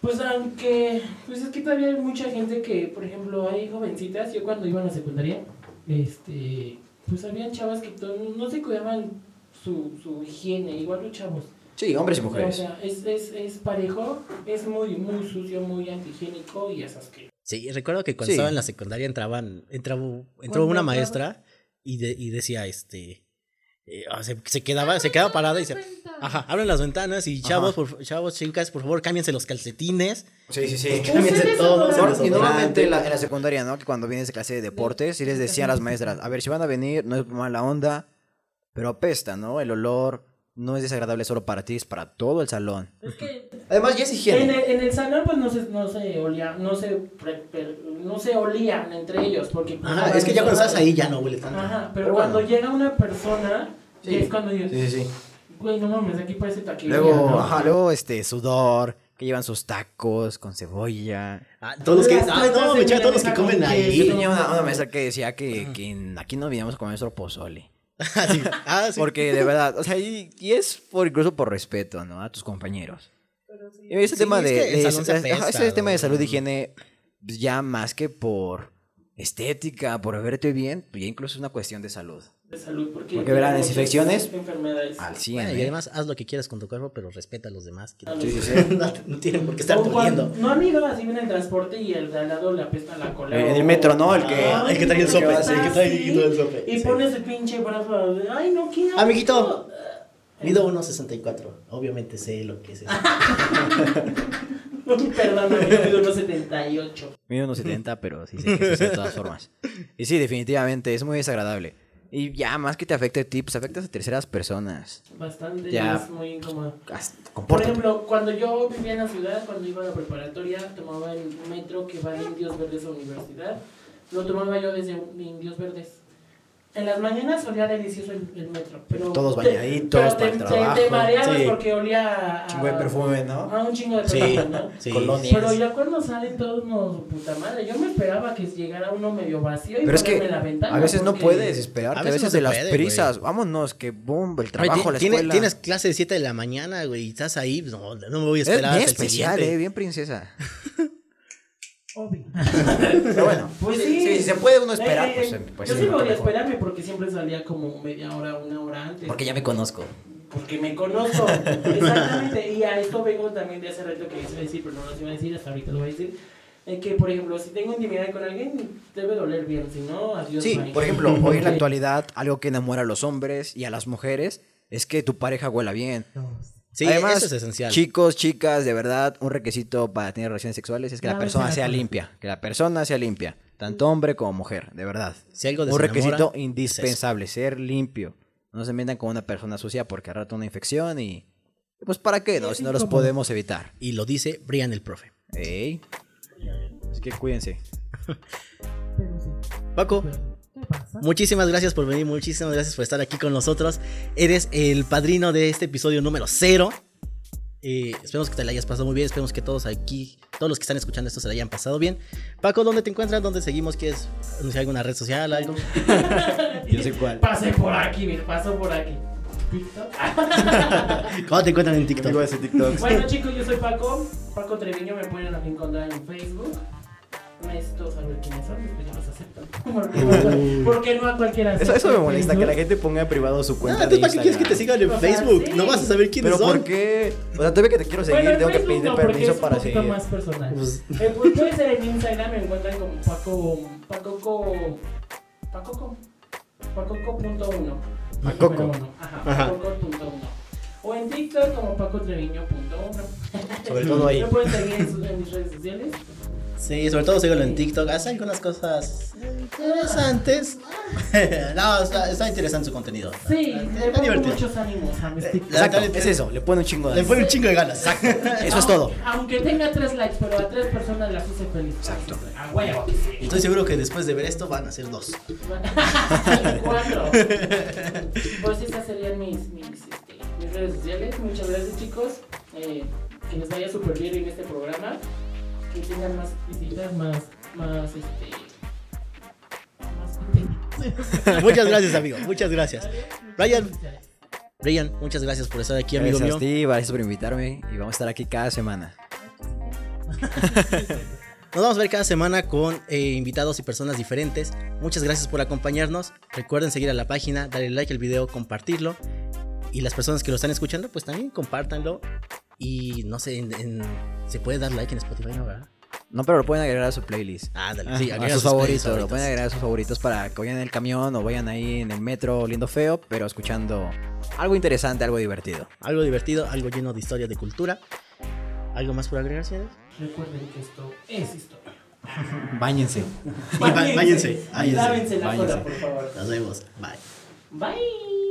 Pues aunque, pues es que todavía hay mucha gente que, por ejemplo, hay jovencitas, yo cuando iba a la secundaria, este, pues había chavas que to- no se cuidaban su, su higiene, igual los chavos. Sí, hombres y O mujeres. sea, es, es, es parejo, es muy, muy sucio, muy antihigiénico y esas que... Sí, recuerdo que cuando Sí. estaba en la secundaria entraban, entraba, entró Cuando una entraba- maestra y, de- y decía, este, eh, ah, se, se quedaba, se quedaba parada y decía, ajá, abren las ventanas y chavos, por fa- chavos, chicas, por favor, cámbiense los calcetines, Sí, sí, sí. cámbiense todo, desodorante. se los Y normalmente en la, en la secundaria, ¿no? Que cuando vienes de clase de deportes, y les decían a las maestras, a ver, si van a venir, no es mala onda, pero apesta, ¿no? El olor no es desagradable solo para ti, es para todo el salón. Es que Además, ya es En higiene. el, en el salón pues no se, no se olía, no se, pre- per- no se olían entre ellos porque... pues, Ajá, es que ya cuando estás ahí ya no huele tanto. Ajá, pero, Pero bueno. cuando llega una persona, Sí. es cuando yo... Sí, sí, sí. Güey, no mames, aquí parece taquilla. Luego, ajá, luego este, sudor, que llevan sus tacos con cebolla. Ah, todos los que, Las ah, no, tortas me echaba de todos los que milanesa comen con ahí. Yo queso. tenía una, una maestra que decía que, que en- aquí no veníamos a comer nuestro pozole. Ah, sí. Ah, sí. Porque de verdad, o sea, y, y es por, incluso por respeto, ¿no? A tus compañeros. Y Ese Sí, tema es de, que el de- salón se ajá, ese apesta, tema de güey. salud e higiene, pues, ya más que por estética, por verte bien, pues ya incluso es una cuestión de salud. De salud, porque... Porque verán, las infecciones- Enfermedades. Al 100, Bueno, y ¿eh? además haz lo que quieras con tu cuerpo, pero respeta a los demás. que- Sí, sí, no, no tienen por qué estar O cuando- doliendo. No, amigo, así viene el transporte y el de al lado le apesta la cola. En O- el metro, ¿no? El que... Ah, el que trae el Ay, sope, está sí, el que trae así, y todo el sope, Y sí. pones el pinche brazo. Ay, no, ¿qué hago? Amiguito. Mido 1.64. Obviamente sé lo que es eso. Perdón, amigo, mido unos 78. Mido unos 70, pero sí sé que eso es de todas formas. Y sí, definitivamente, es muy desagradable. Y ya, más que te afecte a ti, pues afectas a terceras personas. Bastante, Ya. es muy incómodo. Haz- Por Compórtate. ejemplo, cuando yo vivía en la ciudad, cuando iba a la preparatoria, tomaba el metro que va de Indios Verdes a universidad. Lo tomaba yo desde Indios Verdes. En las mañanas olía delicioso el, el metro. Pero Todos te- bañaditos, pero para el te- te- Te, trabajo. mareabas Sí. porque olía a, Chingo de perfume, ¿no? a un chingo de Sí, perfume, ¿no? sí. Colonia. Pero ya cuando salen todos, no, su puta madre. Yo me esperaba que llegara uno medio vacío y Pero es que ponerme la ventana. a veces no porque- puedes esperarte, A a veces veces, no se de las puede, prisas, vámonos, que boom, el Oye, trabajo, la tiene- escuela. Tienes clase de 7 de la mañana, güey, y estás ahí, pues, no, no me voy a es esperar bien hasta el especial, eh, siguiente. bien princesa. Obvio. Pero bueno, Pues sí, sí. si se puede uno Eh, esperar, eh, pues, eh, pues yo sí, sí mejor, podía mejor. esperarme porque siempre salía como media hora, una hora antes. Porque ya me conozco. Porque me conozco. Exactamente. Y a esto vengo también de hace rato que les iba a decir, pero no los iba a decir, hasta ahorita lo voy a decir. eh, que, por ejemplo, si tengo intimidad con alguien, debe doler bien. Si no, adiós. Sí, bye. por ejemplo, hoy en la Sí. actualidad, algo que enamora a los hombres y a las mujeres es que tu pareja huela bien. Sí, Además, eso es esencial. Chicos, chicas, de verdad, un requisito para tener relaciones sexuales es que la No, persona exacto. sea limpia. Que la persona sea limpia. Tanto hombre como mujer, de verdad. Si algo un desenamora, requisito es eso. indispensable, ser limpio. No se metan con una persona sucia porque al rato una infección y. Pues para qué, no, si no los podemos evitar. Y lo dice Brian el profe. Ey. Así que cuídense. Pero sí. Paco, ¿Qué pasa? muchísimas gracias por venir, muchísimas gracias por estar aquí con nosotros. Eres el padrino de este episodio número 0. esperemos que te la hayas pasado muy bien, esperemos que todos aquí, todos los que están escuchando esto se la hayan pasado bien. Paco, ¿dónde te encuentras? ¿Dónde seguimos? ¿Quieres anunciar alguna red social? Algo? Yo sé cuál. Pase por aquí, mira, paso por aquí. TikTok. ¿Cómo te encuentran en TikTok? Bueno, chicos, yo soy Paco. Paco Treviño me pueden encontrar en Facebook. Necesito saber quiénes son, después ya los acepto. Porque, porque no a cualquiera Eso, eso me acepta en molesta, que la Facebook. gente ponga privado su cuenta. Ah, de ¿tú para qué quieres que te Instagram. sigan en O sea, Facebook? sí. No vas a saber quiénes ¿Pero son. por qué? O sea, todavía que te quiero seguir, Bueno, en tengo que Facebook pedir no, porque permiso es para un seguir. poquito más personal. Pues, Eh, pues puede ser en Instagram, me encuentran como Paco. Pacoco. Pacoco. Pacoco.1. Pacoco. Número uno, Ajá, Ajá. Pacoco.1. O en TikTok como Pacotreviño.1. sobre todo ahí. Me pueden seguir en, sus- en mis redes sociales. Sí, sobre todo síguelo en TikTok. Hace algunas cosas interesantes. no, está, está interesante su contenido. Sí, le está, está pongo divertido. muchos ánimos a mis TikTok. Exacto, La- es eso, le pone un chingo de Le pone un chingo de ganas. Eso es todo. Aunque tenga tres likes, pero a tres personas las hice feliz. Exacto. A huevo. que sí. Estoy seguro que después de ver esto van a ser dos. Cuatro. Pues esas serían mis, mis, este, mis redes sociales. Muchas gracias, chicos. Eh, que les vaya súper bien en este programa. Que tengan más visitas, más. más este, más Muchas gracias, amigo. Muchas gracias. Brian, contenido. Brian, muchas gracias por estar aquí, amigo Gracias a mío. ti, gracias por invitarme y vamos a estar aquí cada semana. Nos vamos a ver cada semana con eh, invitados y personas diferentes. Muchas gracias por acompañarnos. Recuerden seguir a la página, darle like al video, compartirlo. Y las personas que lo están escuchando, pues también compártanlo. Y no sé, en- en- se puede dar like en Spotify, ¿no? ¿verdad? No, pero lo pueden agregar a su playlist. Ándale, sí, Ah, agrega a sus sus favoritos, playlists lo pueden agregar a sus favoritos para que vayan en el camión o vayan ahí en el metro oliendo feo, pero escuchando algo interesante, algo divertido. Algo divertido, algo lleno de historia, de cultura. ¿Algo más por agregar, señores? Recuerden que esto es historia. Báñense. Y va- váyanse, váyanse, Lávense la váyanse. cola, por favor. Nos vemos. Bye. Bye.